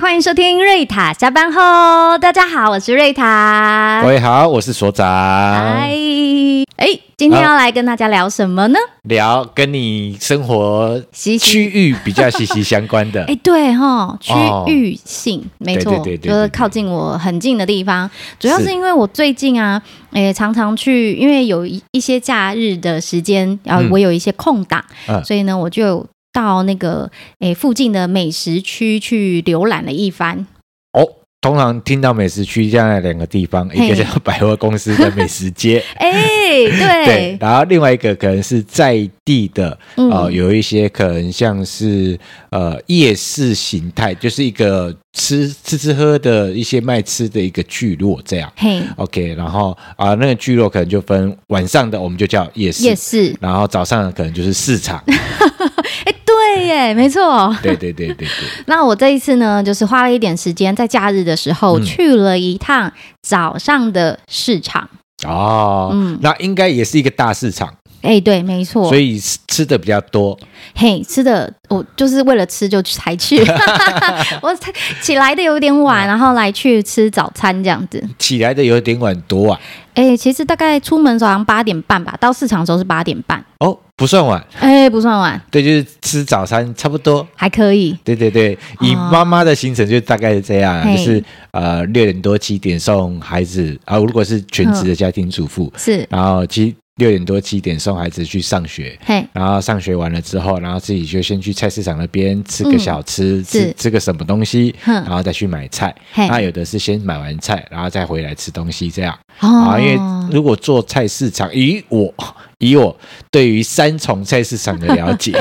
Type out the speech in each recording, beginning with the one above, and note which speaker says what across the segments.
Speaker 1: 欢迎收听瑞塔下班后。大家好，我是瑞塔。
Speaker 2: 各位好，我是所长。
Speaker 1: 嗨，哎，今天要来跟大家聊什么呢？
Speaker 2: 聊跟你生活
Speaker 1: 息息
Speaker 2: 区域比较息息相关的。
Speaker 1: 哎，对哈，区
Speaker 2: 哦
Speaker 1: 域性、没错，
Speaker 2: 对对对对
Speaker 1: 就是
Speaker 2: 对
Speaker 1: 靠近我很近的地方。主要是
Speaker 2: 是
Speaker 1: 因为我最近啊，哎，常常去，因为有一一些假日的时间，然后
Speaker 2: 嗯
Speaker 1: 我有一些空档，
Speaker 2: 嗯
Speaker 1: 所以呢，我就到那个哎附近的美食区去浏览了一 番。
Speaker 2: 哦，通常听到美食区这样的两个地方，
Speaker 1: 嘿
Speaker 2: 一个叫百货公司的美 食街，
Speaker 1: 哎，
Speaker 2: 对，然后另外一个可能是在地的，
Speaker 1: 嗯
Speaker 2: 呃，有一些可能像是呃夜市形态，就是一个吃吃吃喝的一些卖吃的一个聚落这样。
Speaker 1: 嘿，
Speaker 2: OK，然后啊、那个聚落可能就分晚上的我们就叫夜市，
Speaker 1: 夜市，
Speaker 2: 然后早上的可能就是市场。
Speaker 1: 哎，对耶，没错。
Speaker 2: 对对对对对，
Speaker 1: 那我这一次呢，就是花了一点时间，在假日的时候、
Speaker 2: 嗯
Speaker 1: 去了一趟早上的市场。
Speaker 2: 哦，
Speaker 1: 嗯
Speaker 2: 那应该也是一个大市场，
Speaker 1: 哎，对，没错
Speaker 2: 所。以吃吃的比较多。
Speaker 1: 嘿，吃的我就是为了吃就才 去， 我才起来的有点
Speaker 2: 嗯
Speaker 1: 晚，然后来去吃早餐这样子。
Speaker 2: 起来的有点晚多啊，
Speaker 1: 哎，其实大概出门早上八点半吧，到市场的时候是八点半，
Speaker 2: 哦，不算晚，
Speaker 1: 哎，不算晚，
Speaker 2: 对，就是吃早餐差不多。
Speaker 1: 还可以。
Speaker 2: 对对对，以
Speaker 1: 哦
Speaker 2: 妈妈的行程就大概是这样啊，
Speaker 1: 嘿
Speaker 2: 就是呃六点多七点送孩子啊，如果是全职
Speaker 1: 嗯
Speaker 2: 的家庭主妇，
Speaker 1: 是，
Speaker 2: 然后七六点多七点送孩子去上学，
Speaker 1: 嘿，
Speaker 2: 然后上学完了之后，然后自己就先去菜市场那边吃
Speaker 1: 嗯
Speaker 2: 个小吃，
Speaker 1: 是
Speaker 2: 吃吃个什么东西，
Speaker 1: 哼
Speaker 2: 然后再去买菜。
Speaker 1: 嘿，
Speaker 2: 那有的是先买完菜，然后再回来吃东西这样
Speaker 1: 哦
Speaker 2: 啊。因为如果做菜市场，以我 以我对于三重菜市场的了 解，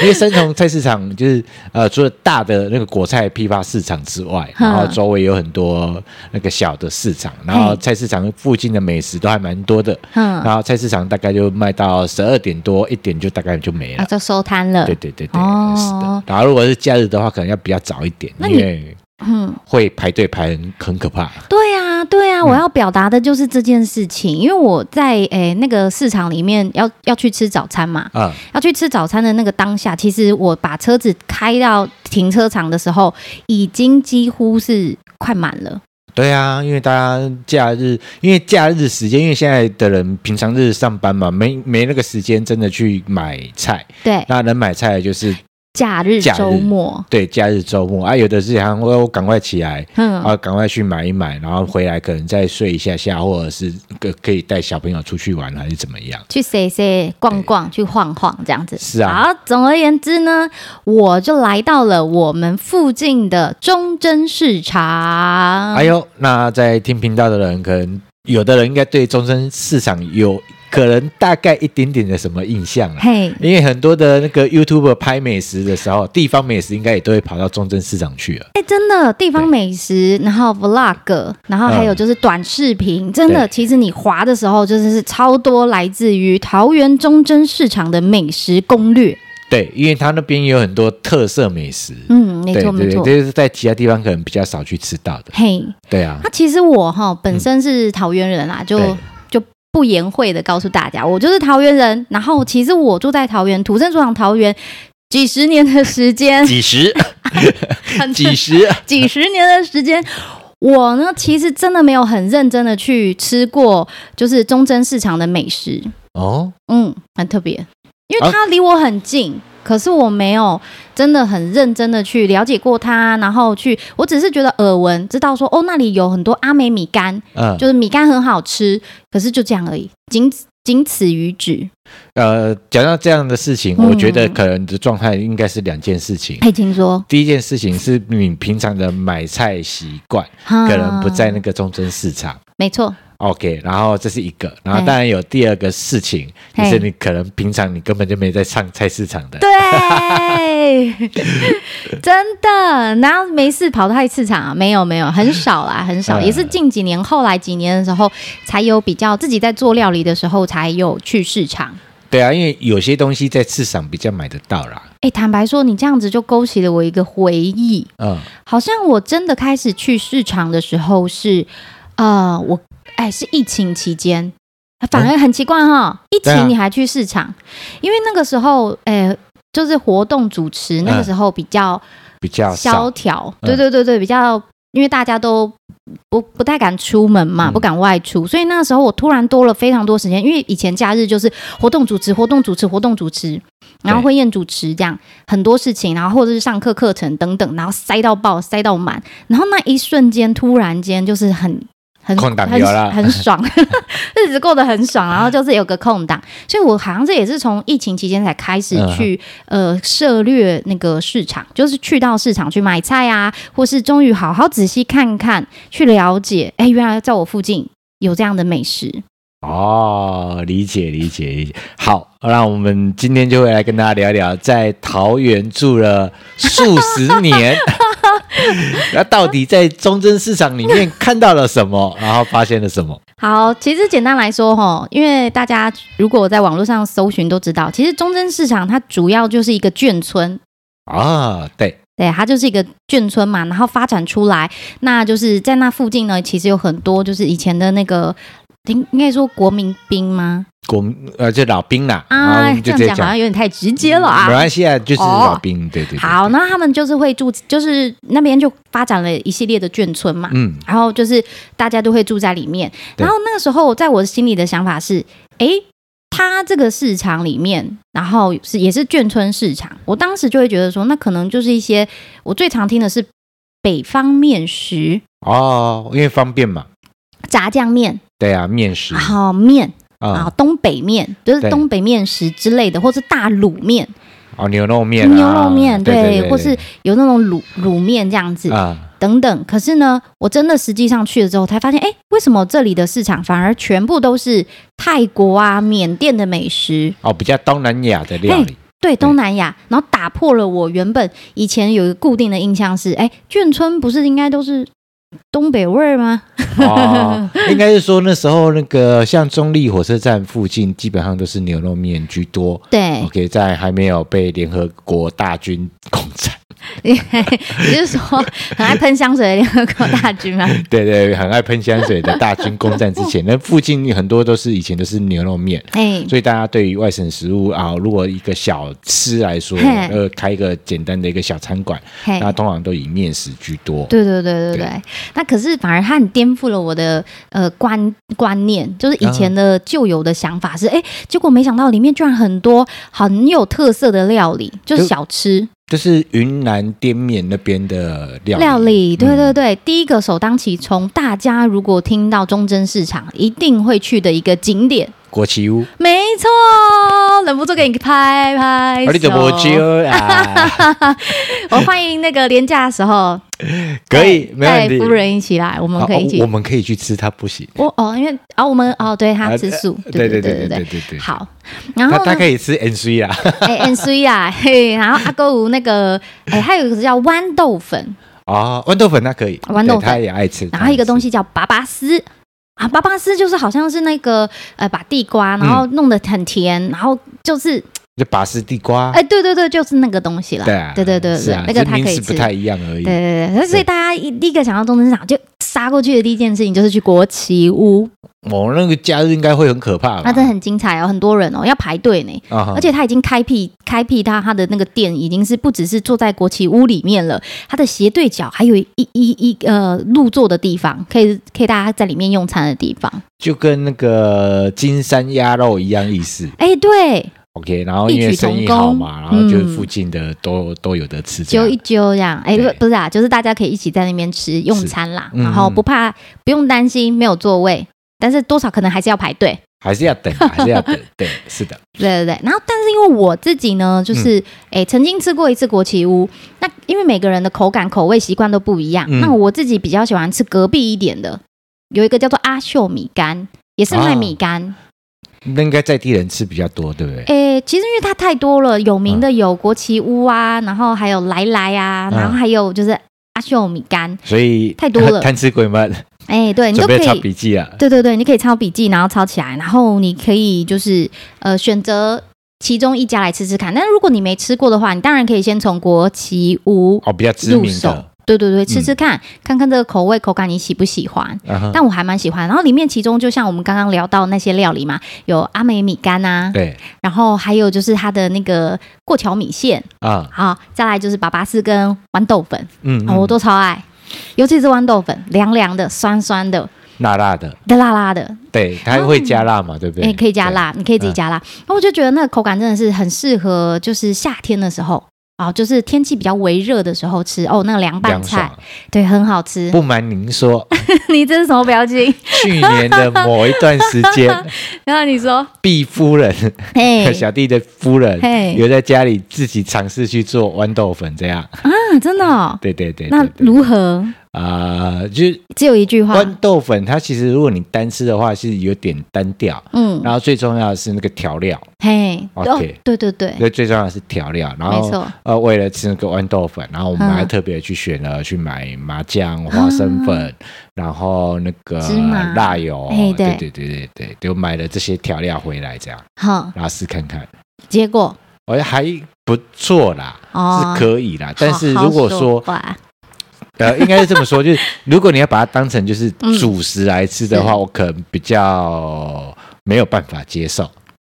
Speaker 2: 因为三重菜市场就是呃，除了大的那个果菜批发市场之外，
Speaker 1: 嗯
Speaker 2: 然后周围有很多那个小的市场，然后菜市场附近的美食都还蛮多的。
Speaker 1: 嗯，
Speaker 2: 然后菜市场大概就卖到十二点多一点就大概就没
Speaker 1: 啊，
Speaker 2: 了。
Speaker 1: 就收摊了。
Speaker 2: 对对对对，
Speaker 1: 哦
Speaker 2: 是的。然后如果是假日的话，可能要比较早一点，
Speaker 1: 那你
Speaker 2: 因为
Speaker 1: 嗯，
Speaker 2: 会排队排很很可怕。
Speaker 1: 对啊，对
Speaker 2: 嗯
Speaker 1: 啊，我要表达的就是这件事情，因为我在诶、那个市场里面要要去吃早餐嘛，
Speaker 2: 啊、
Speaker 1: 要去吃早餐的那个当下，其实我把车子开到停车场的时候，已经几乎是快满了。
Speaker 2: 对啊，因为大家假日，因为假日时间，因为现在的人平常日上班嘛，没没那个时间真的去买菜，
Speaker 1: 对，
Speaker 2: 那能买菜的就是
Speaker 1: 假日
Speaker 2: 假日
Speaker 1: 周末，
Speaker 2: 对假日周末啊，有的是想我我赶快起来。
Speaker 1: 嗯，
Speaker 2: 啊，赶快去买一买，然后回来可能再睡一下下，或者是可可以带小朋友出去玩，还是怎么样？
Speaker 1: 去 C C 逛逛，去晃晃这样子。
Speaker 2: 是啊
Speaker 1: 好，总而言之呢，我就来到了我们附近的忠贞市场。
Speaker 2: 哎呦，那在听频道的人，可能有的人应该对终身市场有可能大概一点点的什么印象啊。
Speaker 1: 嘿，
Speaker 2: 因为很多的那个 YouTuber 拍美食的时候，地方美食应该也都会跑到中正市场去了。
Speaker 1: 哎、真的，地方美食，然后 vlog，然后还有就是短视频，真的，
Speaker 2: 嗯对
Speaker 1: 其实你滑的时候，就是是超多来自于桃园忠贞市场的美食攻略。
Speaker 2: 对，因为它那边也有很多特色美食。
Speaker 1: 嗯，没
Speaker 2: 对
Speaker 1: 错没
Speaker 2: 对对，
Speaker 1: 错。
Speaker 2: 这是在其他地方可能比较少去吃到的。
Speaker 1: 嘿，
Speaker 2: 对啊
Speaker 1: 那、，其实我哈本身是桃园人啊，就
Speaker 2: 对
Speaker 1: 就不言讳的告诉大家，我就是桃园人。然后其实我住在桃园，土生土长桃园几十年的时间，
Speaker 2: 几十
Speaker 1: 很
Speaker 2: 几十，
Speaker 1: 几十年的时间。我呢，其实真的没有很认真的去吃过，就是忠贞市场的美食，
Speaker 2: 哦，
Speaker 1: 嗯，很特别，因为
Speaker 2: 啊
Speaker 1: 它离我很近，可是我没有真的很认真的去了解过它，然后去，我只是觉得耳闻，知道说哦，那里有很多阿美米干，
Speaker 2: 嗯，
Speaker 1: 就是米干很好吃，可是就这样而已，仅仅此于止，
Speaker 2: 呃，讲到这样的事情，
Speaker 1: 嗯
Speaker 2: 我觉得可能的状态应该是两件事情。
Speaker 1: 可以听说，
Speaker 2: 第一件事情是你平常的买菜习惯，
Speaker 1: 可
Speaker 2: 可能不在那，个中正市场。
Speaker 1: 啊没错，
Speaker 2: OK，然后这是一个，然后
Speaker 1: 嘿
Speaker 2: 当然有第二个事情，就
Speaker 1: 嘿
Speaker 2: 是你可能平常你根本就没在上菜市场的，
Speaker 1: 对， 真的，然后没事跑太市场啊？没有没有，很少啦，很少，
Speaker 2: 嗯
Speaker 1: 也是近几年后来几年的时候才有比较自己在做料理的时候才有去市场。
Speaker 2: 对啊，因为有些东西在市场比较买得到啦，
Speaker 1: 哎，坦白说，你这样子就勾起了我一个回忆，
Speaker 2: 嗯，
Speaker 1: 好像我真的开始去市场的时候是，呃，我哎是疫情期间，反而很奇怪哈、疫
Speaker 2: 对啊
Speaker 1: 情你还去呃市场，因为那个时候，哎，就是活动主持那个时候比较
Speaker 2: 比较
Speaker 1: 萧
Speaker 2: 少，
Speaker 1: 条，
Speaker 2: 嗯
Speaker 1: 对对对对，比较因为大家都不不太敢出门嘛，
Speaker 2: 嗯
Speaker 1: 不敢外出，所以那时候我突然多了非常多时间，因为以前假日就是活动主持、活动主持、活动主持，然后
Speaker 2: 对
Speaker 1: 婚宴主持这样很多事情，然后或者是上课课程等等，然后塞到爆、塞到满，然后那一瞬间突然间就是很。很
Speaker 2: 空档
Speaker 1: 很
Speaker 2: 有啦
Speaker 1: 很爽， 日子过得很爽，然后就是有个空档，所以我好像这也是从疫情期间才开始
Speaker 2: 嗯
Speaker 1: 去、呃涉略那个市场，就是去到市场去买菜啊，或是终于好好仔细看看，去了解，哎，原来在我附近有这样的美食。
Speaker 2: 哦，理解理解理解。好，那我们今天就会来跟大家聊一聊，在桃园住了数十 年，那到底在中正市场里面看到了什么，然后发现了什么？
Speaker 1: 好，其实简单来说哈，因为大家如果在网络上搜寻都知道，其实中正市场它主要就是一个眷村，
Speaker 2: 啊，对，
Speaker 1: 对，它就是一个眷村嘛，然后发展出来，那就是在那附近呢，其实有很多就是以前的那个，应应该说国民兵吗？
Speaker 2: 国民呃，就老兵啦，然后我
Speaker 1: 啊，
Speaker 2: 们
Speaker 1: 这
Speaker 2: 就
Speaker 1: 样
Speaker 2: 直接
Speaker 1: 讲好像有点太直接了啊。
Speaker 2: 没关系啊，就是
Speaker 1: 哦
Speaker 2: 老兵，对对对。
Speaker 1: 好，那他们就是会住，就是那边就发展了一系列的眷村嘛，
Speaker 2: 嗯，
Speaker 1: 然后就是大家都会住在里面。
Speaker 2: 对
Speaker 1: 然后那个时候，在我心里的想法是，诶，它这个市场里面，然后是也是眷村市场，我当时就会觉得说，那可能就是一些我最常听的是北方面食、
Speaker 2: 哦，因为方便嘛，
Speaker 1: 炸酱面，
Speaker 2: 对啊，面食
Speaker 1: 然后面啊、
Speaker 2: 啊，
Speaker 1: 东北面，就是
Speaker 2: 对
Speaker 1: 东北面食之类的，或是大卤面、
Speaker 2: 哦，牛肉面啊，
Speaker 1: 牛肉面，
Speaker 2: 对对对，
Speaker 1: 或是有那种卤卤面这样子。
Speaker 2: 啊，
Speaker 1: 等等。可是呢，我真的实际上去了之后，才发现，哎，为什么这里的市场反而全部都是泰国啊、缅甸的美食？
Speaker 2: 哦，比较东南亚的料理，
Speaker 1: 对
Speaker 2: 嗯
Speaker 1: 东南亚，然后打破了我原本以前有一个固定的印象是，哎，眷村不是应该都是东北味儿吗？
Speaker 2: 哦， 应该是说那时候那个像中立火车站附近，基本上都是牛肉面居多。
Speaker 1: 对，
Speaker 2: OK，在还没有被联合国大军攻占，
Speaker 1: 你是说很爱喷香水的联合国大军 吗？
Speaker 2: 对对，很爱喷香水的大军攻占之前，那附近很多都是以前都是牛肉面，
Speaker 1: 哎，
Speaker 2: 所以大家对于外省食物啊，如果一个小吃来说，
Speaker 1: 嘿
Speaker 2: 呃，开一个简单的一个小餐馆，
Speaker 1: 嘿
Speaker 2: 那通常都以面食居多。
Speaker 1: 对对对对
Speaker 2: 对
Speaker 1: 对，那可是反而它很颠覆了我的呃观观念，就是以前的旧有的想法是，哎、结果没想到里面居然很多很有特色的料理，就是
Speaker 2: 就
Speaker 1: 小吃
Speaker 2: 就是云南滇缅那边的料理。
Speaker 1: 料理。对对
Speaker 2: 嗯
Speaker 1: 对，第一个首当其冲，大家如果听到忠贞市场，一定会去的一个景点，
Speaker 2: 国旗屋，
Speaker 1: 没错，忍不住给你拍拍
Speaker 2: 而哦你怎么
Speaker 1: 手
Speaker 2: 揪 啊？
Speaker 1: 我欢迎那个廉价的时候，
Speaker 2: 可以，
Speaker 1: 带
Speaker 2: 没问题
Speaker 1: 带。夫人一起来，我们
Speaker 2: 好
Speaker 1: 可以一起
Speaker 2: 我。们可以去吃，他不行。
Speaker 1: 我哦，因为哦，我们哦，对他
Speaker 2: 啊
Speaker 1: 吃素，
Speaker 2: 呃
Speaker 1: 对
Speaker 2: 对
Speaker 1: 对
Speaker 2: 对
Speaker 1: 对
Speaker 2: 对对。
Speaker 1: 好，然
Speaker 2: 他
Speaker 1: 后
Speaker 2: 他
Speaker 1: 呢
Speaker 2: 可？以吃 N C 啊，
Speaker 1: 哎，N C 啊，嘿，然后阿哥吴那个，哎，还有一个叫豌豆粉，
Speaker 2: 哦，豌豆粉他可以，
Speaker 1: 豌豆粉
Speaker 2: 对他也爱吃。
Speaker 1: 然后一个东
Speaker 2: 西
Speaker 1: 西叫粑粑丝啊，粑粑丝就是好像是那个呃，把地瓜然
Speaker 2: 嗯
Speaker 1: 后弄得很甜，然后就是
Speaker 2: 就拔丝地瓜，
Speaker 1: 哎，对对对，就是那个东西了。
Speaker 2: 啊对啊，
Speaker 1: 对对对
Speaker 2: 是啊
Speaker 1: 对，那个
Speaker 2: 这
Speaker 1: 他
Speaker 2: 名
Speaker 1: 可以
Speaker 2: 字不
Speaker 1: 吃
Speaker 2: 太一样而已
Speaker 1: 对。对对，所以大家一第一个想到中正市场就杀过去的第一件事情就是去国旗屋，
Speaker 2: 我那个假日应该会很可怕吧？
Speaker 1: 那真的很精彩哦，很多人哦，要排队呢。
Speaker 2: 啊哈，
Speaker 1: 而且他已经开辟开辟他他的那个店，已经是不只是坐在国旗屋里面了，他的斜对角还有一一一呃入座的地方，可以可以大家在里面用餐的地方。
Speaker 2: 就跟那个金山鸭肉一样意思。
Speaker 1: 哎，对，
Speaker 2: OK，然后
Speaker 1: 异
Speaker 2: 因为
Speaker 1: 曲
Speaker 2: 生
Speaker 1: 同
Speaker 2: 意好
Speaker 1: 工
Speaker 2: 嘛，然后就
Speaker 1: 嗯
Speaker 2: 附近的都、都有得吃这
Speaker 1: 揪
Speaker 2: 样。
Speaker 1: 一揪这样，哎，
Speaker 2: 对
Speaker 1: 不不是啊，就是大家可以一起在那边吃用餐啦，
Speaker 2: 嗯
Speaker 1: 然后不怕不用担心没有座位，但是多少可能还是要排队。
Speaker 2: 还是要 等，还是要等，对，是的，
Speaker 1: 对对对，然后但是因为我自己呢，
Speaker 2: 嗯
Speaker 1: 就是诶、曾经吃过一次国旗屋，那因为每个人的口感、口味、习惯都不一样，
Speaker 2: 嗯
Speaker 1: 那我自己比较喜欢吃隔壁一点的，有一个叫做阿秀米干，也是卖
Speaker 2: 啊
Speaker 1: 米干，
Speaker 2: 那应该在地人吃比较多，对不对？
Speaker 1: 诶、其实因为它太多了，有名
Speaker 2: 啊
Speaker 1: 的有国旗屋啊，然后还有来来啊，
Speaker 2: 嗯
Speaker 1: 然后还有就是阿秀米干，
Speaker 2: 所以
Speaker 1: 太多了
Speaker 2: 贪吃鬼们
Speaker 1: 诶、对你
Speaker 2: 准
Speaker 1: 都可
Speaker 2: 备抄
Speaker 1: 以。
Speaker 2: 笔记啊！
Speaker 1: 对对对，你可以抄笔记，然后抄起来，然后你可以就是呃选择其中一家来吃吃看。但如果你没吃过的话，你当然可以先从国旗屋
Speaker 2: 哦，比较知名
Speaker 1: 入手
Speaker 2: 的，
Speaker 1: 对对对，吃
Speaker 2: 嗯
Speaker 1: 吃看，看看这个口味口感你喜不喜欢。
Speaker 2: 啊哈，
Speaker 1: 但我还蛮喜欢，然后里面其中就像我们刚刚聊到那些料理嘛，有阿美米干啊，
Speaker 2: 对
Speaker 1: 然后还有就是它的那个过桥米线，
Speaker 2: 啊，
Speaker 1: 好，再来就是粑粑丝跟豌豆粉，
Speaker 2: 嗯，
Speaker 1: 哦我
Speaker 2: 嗯
Speaker 1: 都超爱，尤其是豌豆粉，凉凉的、酸酸的、
Speaker 2: 嗯辣辣的，
Speaker 1: 的辣辣的，
Speaker 2: 对，它会加辣嘛，对不对？嗯
Speaker 1: 你哎嗯可以加辣，你可以自己加辣。然后我就觉得那个口感真的是很适合，就是夏天的时候。哦，就是天气比较微热的时候吃哦，那个凉
Speaker 2: 对，
Speaker 1: 拌
Speaker 2: 凉
Speaker 1: 菜，
Speaker 2: 爽。
Speaker 1: 对，很好吃。
Speaker 2: 不瞒您说，
Speaker 1: 你这是什么表情？
Speaker 2: 去年的某一段时 间，
Speaker 1: 然后你 说，
Speaker 2: 毕夫人
Speaker 1: 嘿，
Speaker 2: 小弟的夫人
Speaker 1: 嘿
Speaker 2: 有在家里自己尝试去做豌豆粉，这样，
Speaker 1: 啊，真的、哦？
Speaker 2: 对对对
Speaker 1: 那
Speaker 2: 对对，
Speaker 1: 如何？
Speaker 2: 啊，就是
Speaker 1: 只有一句话，
Speaker 2: 豌豆粉，它其实如果你单吃的话是有点单调，
Speaker 1: 嗯，
Speaker 2: 然后最重要的是那个调料，
Speaker 1: 嘿，
Speaker 2: OK
Speaker 1: 哦对对对，
Speaker 2: 最最重要的是调料，然
Speaker 1: 没
Speaker 2: 后
Speaker 1: 错，
Speaker 2: 呃，为了吃那个豌豆粉，然后我们
Speaker 1: 嗯
Speaker 2: 还特别去选了、去买麻酱、花生粉，然后那个
Speaker 1: 芝麻
Speaker 2: 辣油，
Speaker 1: 哎
Speaker 2: 对
Speaker 1: 对
Speaker 2: 对对对对，就买了这些调料回来，这样
Speaker 1: 好，
Speaker 2: 然后试看看，
Speaker 1: 结果
Speaker 2: 我觉得还不错啦，
Speaker 1: 哦，
Speaker 2: 是可以啦。但是如果说
Speaker 1: 好好哇
Speaker 2: 呃，应该是这么 说，就是如果你要把它当成就是
Speaker 1: 嗯
Speaker 2: 主食来吃的话，
Speaker 1: 是
Speaker 2: 我可能比较没有办法接受。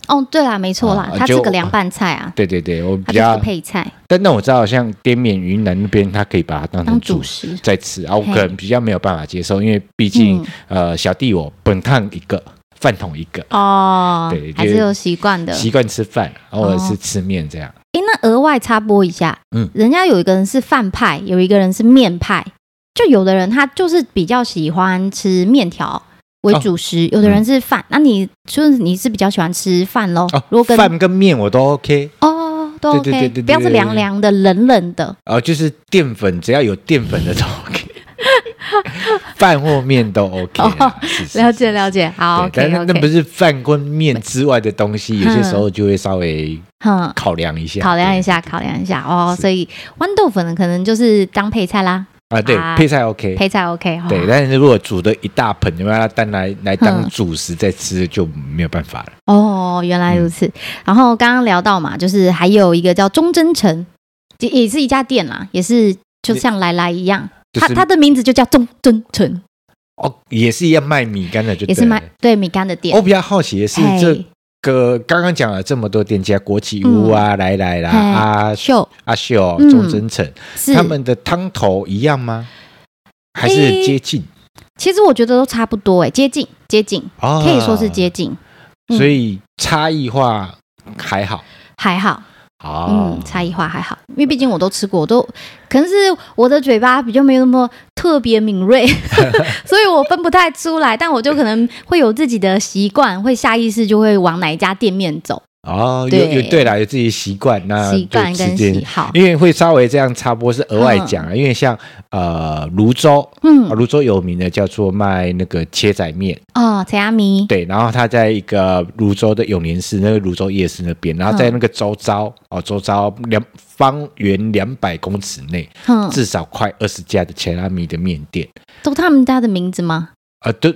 Speaker 1: 哦，对啦，没错啦，
Speaker 2: 啊
Speaker 1: 它是
Speaker 2: 就
Speaker 1: 个凉拌菜啊，
Speaker 2: 对对对，我
Speaker 1: 它啊就是
Speaker 2: 比较
Speaker 1: 个，配菜，
Speaker 2: 但那我知道像滇缅云南那边，它可以把它当成
Speaker 1: 当
Speaker 2: 主
Speaker 1: 主
Speaker 2: 食
Speaker 1: 食。
Speaker 2: 在吃啊，我
Speaker 1: 嘿
Speaker 2: 可能比较没有办法接受，因为毕竟、
Speaker 1: 嗯
Speaker 2: 呃小弟我本烫一个，饭桶一个，
Speaker 1: 哦
Speaker 2: 对，
Speaker 1: 还
Speaker 2: 就是
Speaker 1: 有习惯的。
Speaker 2: 习惯吃饭或
Speaker 1: 哦
Speaker 2: 者是吃面这样。
Speaker 1: 诶，那额外插播一下，
Speaker 2: 嗯
Speaker 1: 嗯，人家有一个人是饭派，有一个人是面派，就有的人他就是比较喜欢吃面条为
Speaker 2: 哦
Speaker 1: 主食，有的人是饭。那你就是你是比较喜欢吃饭喽？
Speaker 2: 哦，
Speaker 1: 如果跟
Speaker 2: 饭跟面我都 OK，
Speaker 1: 哦都
Speaker 2: 对
Speaker 1: OK，
Speaker 2: 对对对对
Speaker 1: 不要是凉凉的、冷冷的。
Speaker 2: 哦、就是淀粉只要有淀粉的都 OK，饭或面都 OK 啦、是是
Speaker 1: 哦了解了解，好
Speaker 2: 对，但
Speaker 1: ，OK
Speaker 2: 是那不
Speaker 1: OK，
Speaker 2: 是饭跟面之外的东西，有些时候就会稍微
Speaker 1: 嗯，
Speaker 2: 考量一下，
Speaker 1: 考量一下，
Speaker 2: 对
Speaker 1: 考量一下哦。
Speaker 2: 是
Speaker 1: 所以豌豆粉呢，可能就是当配菜啦，
Speaker 2: 啊，对，
Speaker 1: 啊
Speaker 2: 配菜 OK，
Speaker 1: 配菜 OK 哈。
Speaker 2: 对，但是如果煮的一大盆，用它单来来当
Speaker 1: 嗯
Speaker 2: 主食再吃就没有办法了。
Speaker 1: 哦，原来
Speaker 2: 嗯
Speaker 1: 如此。然后刚刚聊到嘛，就是还有一个叫忠贞城，也也是一家店啦，也是就像来来一样，
Speaker 2: 就是
Speaker 1: 它它的名字就叫忠贞城，
Speaker 2: 哦，也是一样卖米干的，就
Speaker 1: 也是
Speaker 2: 对
Speaker 1: 卖
Speaker 2: 了
Speaker 1: 对米干的店
Speaker 2: 我。比较好奇的是
Speaker 1: 嘿
Speaker 2: 这。个刚刚讲了这么多店家，国际屋啊、来来啦、
Speaker 1: 嗯嘿
Speaker 2: 阿
Speaker 1: 秀
Speaker 2: 阿秀、
Speaker 1: 嗯
Speaker 2: 钟真诚，
Speaker 1: 是
Speaker 2: 他们的汤头一样吗？还是很
Speaker 1: 诶
Speaker 2: 接近？
Speaker 1: 其实我觉得都差不多哎、接近接近，哎
Speaker 2: 哦
Speaker 1: 可以说是接近，嗯
Speaker 2: 所以差异化还好
Speaker 1: 还好，
Speaker 2: 啊、
Speaker 1: 嗯，差异化还好，因为毕竟我都吃过，我都可能是我的嘴巴比较没有那么特别敏锐， 所以我分不太出来，但我就可能会有自己的习惯，会下意识就会往哪一家店面走，
Speaker 2: 哦，有有
Speaker 1: 对
Speaker 2: 对啦，有自己习惯，那
Speaker 1: 习惯
Speaker 2: 就直
Speaker 1: 跟
Speaker 2: 接
Speaker 1: 喜好，
Speaker 2: 因为会稍微这样插播是额外讲啊，因为像呃泸州，啊
Speaker 1: 嗯
Speaker 2: 泸州有名的叫做卖那个切仔面，
Speaker 1: 哦，陈阿咪，
Speaker 2: 对，然后它在一个泸州的永年市那个泸州夜市那边，然
Speaker 1: 嗯
Speaker 2: 后在那个周遭哦周遭两方圆两百公尺内，
Speaker 1: 哼，
Speaker 2: 至少快二十家的切拉米的面店，
Speaker 1: 都他们家的名字吗？
Speaker 2: 啊，都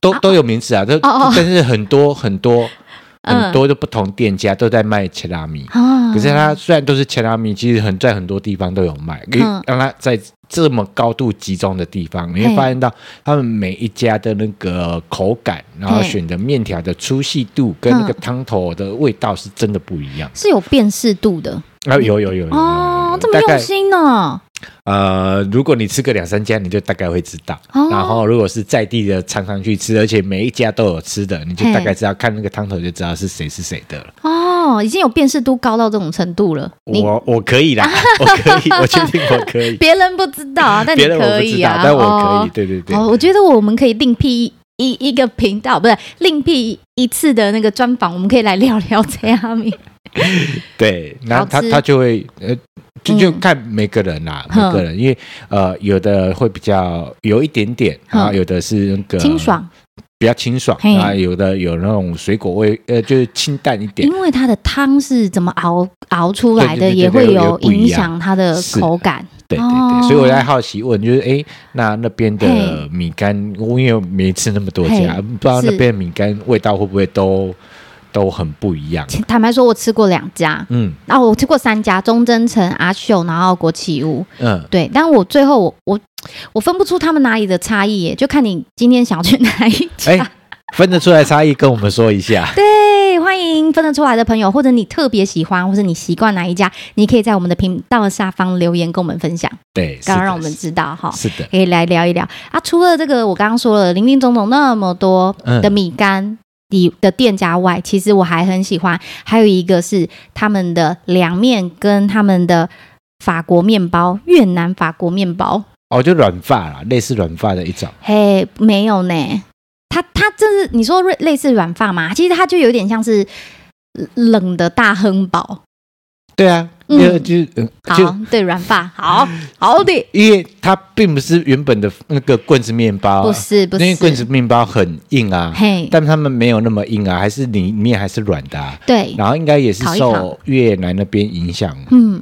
Speaker 2: 都都有名字啊，都
Speaker 1: 哦哦
Speaker 2: 但是很多很多
Speaker 1: 嗯
Speaker 2: 很多的不同店家都在卖切拉米，
Speaker 1: 啊，
Speaker 2: 可是它虽然都是切拉米，其实很在很多地方都有卖，可以
Speaker 1: 嗯
Speaker 2: 让它在这么高度集中的地方，你会
Speaker 1: 嘿
Speaker 2: 发现到他们每一家的那个口感，然后
Speaker 1: 嘿嗯
Speaker 2: 选的面条的粗细度跟那个汤头的味道是真的不一样。
Speaker 1: 是有辨识度的
Speaker 2: 啊，有有有有有
Speaker 1: 嗯哦，这么
Speaker 2: 大概
Speaker 1: 用心哦呢，
Speaker 2: 呃，如果你吃个两三家，你就大概会知道。
Speaker 1: 哦
Speaker 2: 然后如果是在地的，常常去吃，而且每一家都有吃的，你就
Speaker 1: 嘿
Speaker 2: 大概知道看那个汤头就知道是谁是谁的了。
Speaker 1: 哦，已经有辨识度高到这种程度了，你
Speaker 2: 我我可以 啦，我可以，我确定我可以。
Speaker 1: 别人不知道啊，但你
Speaker 2: 别人我
Speaker 1: 可
Speaker 2: 不知
Speaker 1: 以
Speaker 2: 道
Speaker 1: 啊，，
Speaker 2: 但我可
Speaker 1: 哦
Speaker 2: 以，对对对。
Speaker 1: 哦，我觉得我们可以另辟一一一个频道，不是另辟一次的那个专访，我们可以来聊聊这 阿米。
Speaker 2: 啊对，然后他
Speaker 1: 好吃
Speaker 2: 他就会呃，就
Speaker 1: 嗯
Speaker 2: 就看每个人啦，每
Speaker 1: 哼
Speaker 2: 个人，因为呃，有的会比较有一点点，然后
Speaker 1: 哼
Speaker 2: 有的是那个
Speaker 1: 清，爽，
Speaker 2: 比较清爽，
Speaker 1: 嘿
Speaker 2: 啊，有的有那种水果味，呃，就是清淡一点
Speaker 1: 因。为它的汤是怎么熬熬出来
Speaker 2: 对
Speaker 1: 的，
Speaker 2: 对对
Speaker 1: 也会
Speaker 2: 对有
Speaker 1: 有
Speaker 2: 不一
Speaker 1: 影
Speaker 2: 样
Speaker 1: 响它的
Speaker 2: 是
Speaker 1: 口感。
Speaker 2: 对对
Speaker 1: 哦
Speaker 2: 对，所以我在好奇问，就是诶，那那边的
Speaker 1: 嘿
Speaker 2: 米干，我因为没吃那么多
Speaker 1: 嘿
Speaker 2: 家，不知道那
Speaker 1: 是
Speaker 2: 边的米干味道会不会都都很不一样。
Speaker 1: 坦白说，我吃过两家，
Speaker 2: 嗯
Speaker 1: 然后我吃过三家：中真城、阿秀，然后国企屋。
Speaker 2: 嗯，
Speaker 1: 对，但我最后我我我分不出他们哪里的差异耶，就看你今天想要去哪一家。
Speaker 2: 哎，分得出来差异，跟我们说一下。
Speaker 1: 对，欢迎分得出来的朋友，或者你特别喜欢，或者你习惯哪一家，你可以在我们的频道的下方留言跟我们分享，
Speaker 2: 对，是
Speaker 1: 刚
Speaker 2: 的
Speaker 1: 刚让我们知道哈。
Speaker 2: 是的，
Speaker 1: 可以来聊一聊啊！除了这个，我刚刚说了林林总总那么多
Speaker 2: 嗯
Speaker 1: 的米干底的店家外，其实我还很喜欢，还有一个是他们的凉面跟他们的法国面包，越南法国面包。
Speaker 2: 哦，就软发啦，类似软发的一种。
Speaker 1: 嘿，没有呢，它它这是你说类类似软发嘛？其实它就有点像是冷的大亨堡。
Speaker 2: 对啊，
Speaker 1: 嗯
Speaker 2: 就就是嗯就
Speaker 1: 好，对软发，好好的，
Speaker 2: 因为它并不是原本的那个棍子面包啊，
Speaker 1: 不是不
Speaker 2: 因为棍子
Speaker 1: 是，
Speaker 2: 面包很硬啊，
Speaker 1: 嘿，
Speaker 2: 但他们没有那么硬啊，还是里面还是软的、啊。
Speaker 1: 对，
Speaker 2: 然后应该也是
Speaker 1: 烤一烤
Speaker 2: 受越南那边影响
Speaker 1: 嗯。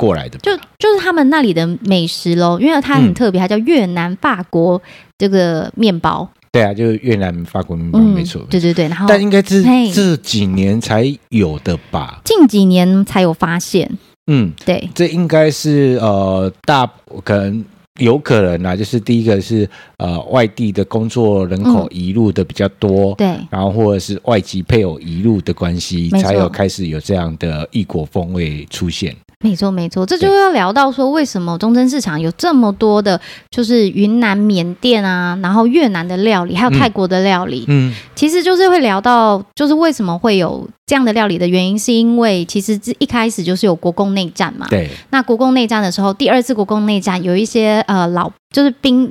Speaker 2: 过来的吧，
Speaker 1: 就就是他们那里的美食喽，因为它很特别，它叫越南法国这个面包，
Speaker 2: 对啊，就是越南法国面包、
Speaker 1: 嗯，
Speaker 2: 没错。
Speaker 1: 对对对，然后
Speaker 2: 但应该是
Speaker 1: 嘿
Speaker 2: 这几年才有的吧？
Speaker 1: 近几年才有发现，
Speaker 2: 嗯，
Speaker 1: 对，
Speaker 2: 这应该是呃大可能有可能啊，就是第一个是呃外地的工作人口移入的比较
Speaker 1: 嗯
Speaker 2: 多，
Speaker 1: 对
Speaker 2: 然后或者是外籍配偶移入的关系，
Speaker 1: 没错
Speaker 2: 才有开始有这样的异国风味出现。
Speaker 1: 没错没错，这就要聊到说为什么中正市场有这么多的，就是云南、缅甸啊，然后越南的料理，还有
Speaker 2: 嗯
Speaker 1: 泰国的料理，
Speaker 2: 嗯，
Speaker 1: 其实就是会聊到，就是为什么会有这样的料理的原因，是因为其实这一开始就是有国共内战嘛，
Speaker 2: 对，
Speaker 1: 那国共内战的时候，第二次国共内战有一些呃老就是兵，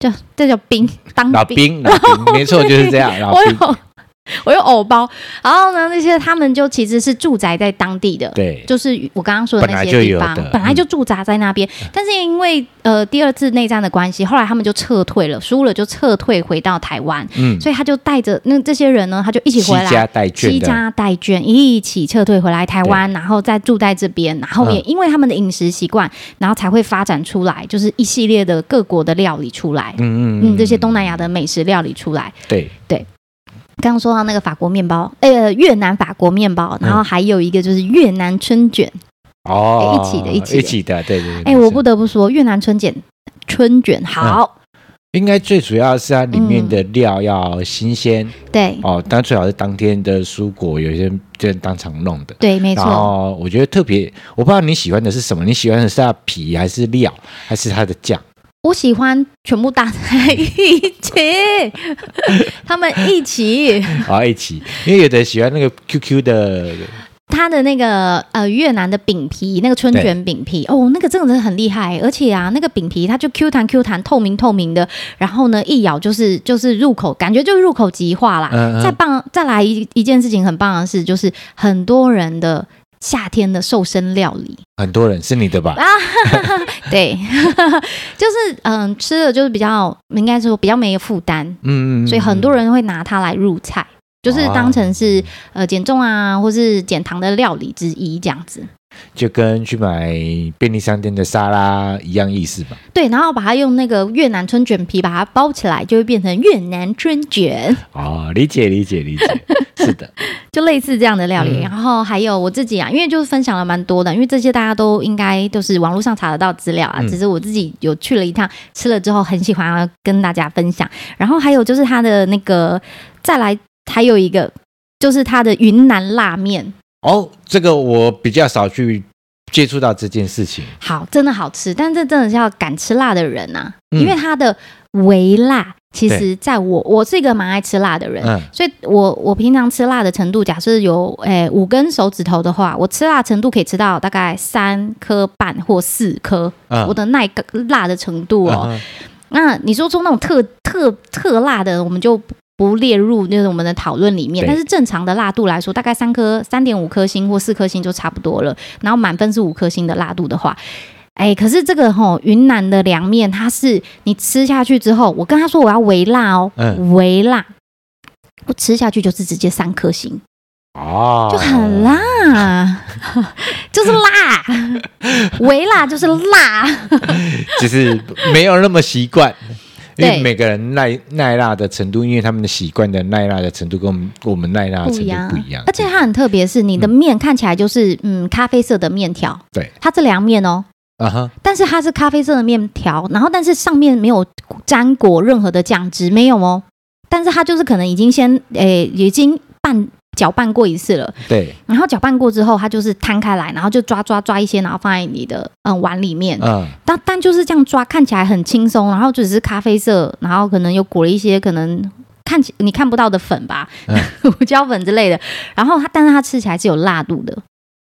Speaker 1: 就这叫兵当
Speaker 2: 老
Speaker 1: 兵，
Speaker 2: 兵，老 兵，没错，就是这样，老
Speaker 1: 嗯我
Speaker 2: 兵，
Speaker 1: 有我有偶包，然后呢那些他们就其实是住宅在当地的。
Speaker 2: 对，
Speaker 1: 就是我刚刚说的那些
Speaker 2: 本来就
Speaker 1: 地
Speaker 2: 有
Speaker 1: 方，
Speaker 2: 的嗯
Speaker 1: 本来就驻扎在那边，但是因为呃第二次内战的关系，后来他们就撤退了，输了就撤退回到台湾，
Speaker 2: 嗯，
Speaker 1: 所以他就带着那这些人呢，他就一起
Speaker 2: 七
Speaker 1: 回来，
Speaker 2: 家带眷
Speaker 1: 西
Speaker 2: 的，
Speaker 1: 家带眷一起撤退回来台湾，然后再住在这边，然后也
Speaker 2: 嗯
Speaker 1: 因为他们的饮食习惯，然后才会发展出来，就是一系列的各国的料理出来，
Speaker 2: 嗯
Speaker 1: 嗯，这些东南亚的美食料理出来。
Speaker 2: 对，
Speaker 1: 刚刚说到那个法国面包，呃，越南法国面包，
Speaker 2: 嗯
Speaker 1: 然后还有一个就是越南春卷。
Speaker 2: 哦，
Speaker 1: 一起的一起的
Speaker 2: 一起的，对对。
Speaker 1: 哎、
Speaker 2: 对
Speaker 1: 我不得不说，越南春卷春卷
Speaker 2: 嗯
Speaker 1: 好，
Speaker 2: 应该最主要是它里面
Speaker 1: 嗯
Speaker 2: 的料要新鲜
Speaker 1: 对
Speaker 2: 哦，当然最好是当天的蔬果，有些就是当场弄的。
Speaker 1: 对，没
Speaker 2: 然
Speaker 1: 错，
Speaker 2: 后我觉得特别，我不知道你喜欢的是什么，你喜欢的是它的皮还是料还是它的 酱？
Speaker 1: 我喜欢全部搭在一起， 他们一起。
Speaker 2: 啊、一起，因为有的喜欢那个 QQ 的，
Speaker 1: 它的那个呃越南的饼皮，那个春卷饼皮哦，那个真的是很厉害，而且啊，那个饼皮它就 Q 弹 Q 弹，透明透明的，然后呢一咬就是就是入口，感觉就是入口即化啦。
Speaker 2: 嗯
Speaker 1: 再
Speaker 2: 嗯，
Speaker 1: 棒再来一一件事情很棒的事，就是很多人的夏天的瘦身料理，
Speaker 2: 很多人是你的吧？
Speaker 1: 对， 就是嗯吃了就是比较应该说比较没有负担，
Speaker 2: 嗯嗯，嗯
Speaker 1: 所以很多人会拿它来入菜。就是当成是呃减重啊，或是减糖的料理之一这样子。
Speaker 2: 嗯就跟去买便利商店的沙拉一样意思吧？
Speaker 1: 对，然后把它用那个越南春卷皮把它包起来，就会变成越南春卷，
Speaker 2: 哦，理解理解 理解，是的，
Speaker 1: 就类似这样的料理。
Speaker 2: 嗯
Speaker 1: 然后还有我自己啊，因为就是分享了蛮多的，因为这些大家都应该都是网络上查得到资料啊，
Speaker 2: 嗯
Speaker 1: 只是我自己有去了一趟，吃了之后很喜欢要跟大家分享。然后还有就是它的那个，再来还有一个就是它的云南辣面，
Speaker 2: 哦，这个我比较少去接触到这件事情。
Speaker 1: 好，真的好吃，但这真的是要敢吃辣的人啊，
Speaker 2: 嗯
Speaker 1: 因为它的微辣，其实在我我是一个蛮爱吃辣的人，
Speaker 2: 嗯
Speaker 1: 所以我我平常吃辣的程度，假设有诶五根手指头的话，我吃辣程度可以吃到大概三颗半或四颗，
Speaker 2: 嗯，
Speaker 1: 我的耐个辣的程度哦。
Speaker 2: 嗯
Speaker 1: 那你说出那种特特特辣的，我们就不。不列入那种我们的讨论里面，
Speaker 2: 对
Speaker 1: 但是正常的辣度来说，大概三颗、三点五颗星或四颗星就差不多了。然后满分是五颗星的辣度的话，哎，可是这个吼、云南的凉面，它是你吃下去之后，我跟他说我要微辣哦，
Speaker 2: 嗯
Speaker 1: 微辣，我吃下去就是直接三颗星，
Speaker 2: 哦，
Speaker 1: 就很辣， 就是辣， 微辣就是辣。
Speaker 2: 就是没有那么习惯。因为
Speaker 1: 对
Speaker 2: 每个人耐耐辣的程度，因为他们的习惯的耐辣的程度跟我们我们耐辣的
Speaker 1: 不
Speaker 2: 程
Speaker 1: 一样
Speaker 2: 啊
Speaker 1: 欸
Speaker 2: 度不一样，嗯
Speaker 1: 而且它很特别，是你的面看起来就是嗯咖啡色的面条，
Speaker 2: 对，
Speaker 1: 它是凉面哦，
Speaker 2: 啊哈，
Speaker 1: 但是它是咖啡色的面条，然后但是上面没有沾裹任何的酱汁，没有哦。但是它就是可能已经先诶、已经拌搅拌过一次了，
Speaker 2: 对，
Speaker 1: 然后搅拌过之后，它就是摊开来，然后就抓抓抓一些，然后放在你的嗯碗里面。
Speaker 2: 嗯，
Speaker 1: 但但就是这样抓，看起来很轻松，然后就只是咖啡色，然后可能有裹了一些可能看起你看不到的粉吧，
Speaker 2: 嗯
Speaker 1: 胡椒粉之类的。然后它但是它吃起来是有辣度的，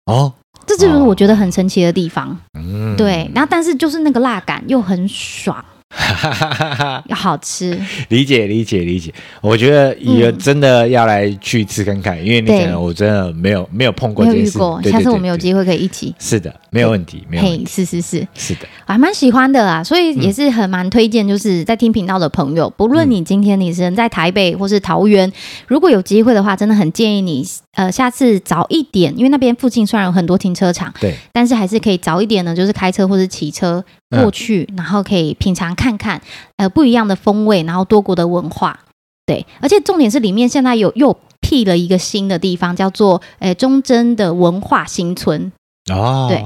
Speaker 2: 哦，
Speaker 1: 这就是
Speaker 2: 哦
Speaker 1: 我觉得很神奇的地方。
Speaker 2: 嗯，
Speaker 1: 对，然后但是就是那个辣感又很爽，
Speaker 2: 哈哈哈哈，
Speaker 1: 又好吃。
Speaker 2: 理解理解理解。我觉得也
Speaker 1: 嗯
Speaker 2: 真的要来去吃看看，因为你
Speaker 1: 对
Speaker 2: 讲的我真的没有没有碰过
Speaker 1: 没
Speaker 2: 这
Speaker 1: 有
Speaker 2: 件
Speaker 1: 遇
Speaker 2: 事，
Speaker 1: 过，
Speaker 2: 对
Speaker 1: 下次我们
Speaker 2: 没
Speaker 1: 有机会可以一起。
Speaker 2: 是的，没有问题，没有问
Speaker 1: 嘿，
Speaker 2: 题，
Speaker 1: 是是是，
Speaker 2: 是的，
Speaker 1: 我还啊蛮喜欢的啦，所以也是很蛮推荐，就是在听频道的朋友，不论你今天你是人在台北或是桃园，如果有机会的话，真的很建议你呃下次早一点，因为那边附近虽然有很多停车场，
Speaker 2: 对，
Speaker 1: 但是还是可以早一点呢，就是开车或是骑车过去，然后可以品尝看看呃不一样的风味，然后多国的文化，对，而且重点是里面现在有又辟了一个新的地方，叫做呃忠贞的文化新村，
Speaker 2: 哦，
Speaker 1: 对。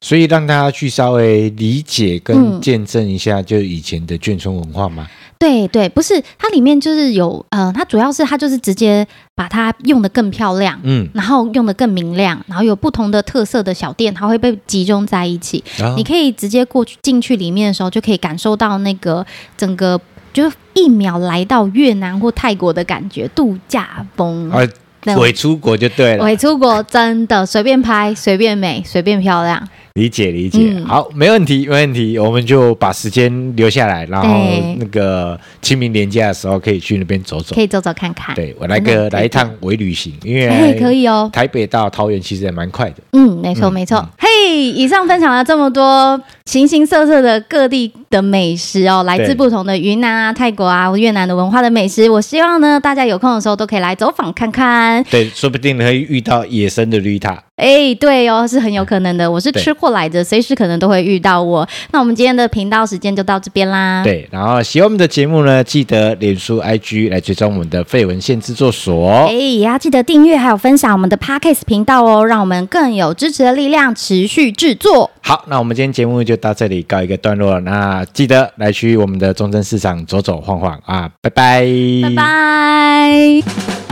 Speaker 2: 所以让大家去稍微理解跟
Speaker 1: 嗯
Speaker 2: 见证一下，就以前的眷村文化嘛。
Speaker 1: 对对，不是它里面就是有呃，它主要是它就是直接把它用的更漂亮，
Speaker 2: 嗯，
Speaker 1: 然后用的更明亮，然后有不同的特色的小店，它会被集中在一起。
Speaker 2: 然后
Speaker 1: 你可以直接过去进去里面的时候，就可以感受到那个整个就是一秒来到越南或泰国的感觉，度假风。
Speaker 2: 啊，
Speaker 1: 那
Speaker 2: 伪出国就对了，
Speaker 1: 伪出国真的随便拍，随便美，随便漂亮。
Speaker 2: 理解理解。
Speaker 1: 嗯
Speaker 2: 好，没问题，没问题，我们就把时间留下来，然后
Speaker 1: 对
Speaker 2: 那个清明年假的时候可以去那边走走
Speaker 1: 可。以走走看看。
Speaker 2: 对我来
Speaker 1: 真的
Speaker 2: 个
Speaker 1: 很推
Speaker 2: 来一
Speaker 1: 荐
Speaker 2: 趟伪旅行，因
Speaker 1: 哎， 可
Speaker 2: 为
Speaker 1: 以哦。
Speaker 2: 台北到桃园其实也蛮快的。
Speaker 1: 嗯，没错
Speaker 2: 嗯
Speaker 1: 没错
Speaker 2: 嗯。
Speaker 1: 嘿、以上分享了这么多形形色色的各地的美食哦，来自
Speaker 2: 对
Speaker 1: 不同的云南啊、泰国啊、越南的文化的美食。我希望呢，大家有空的时候都可以来走访看看。
Speaker 2: 对，说不定会遇到野生的绿塔。
Speaker 1: 哎，对哦，是很有可能的。我是
Speaker 2: 对
Speaker 1: 吃货来的，随时可能都会遇到我。那我们今天的频道时间就到这边啦。，
Speaker 2: 对，然后喜欢我们的节目呢，记得脸书、IG 来追踪我们的废文献制作所。
Speaker 1: 哎，也要记得订阅还有分享我们的 Podcast 频道哦，让我们更有支持的力量，持续制作。
Speaker 2: 好，那我们今天节目就到这里告一个段落了。那记得来去我们的中正市场走走晃晃啊，拜拜，
Speaker 1: 拜拜。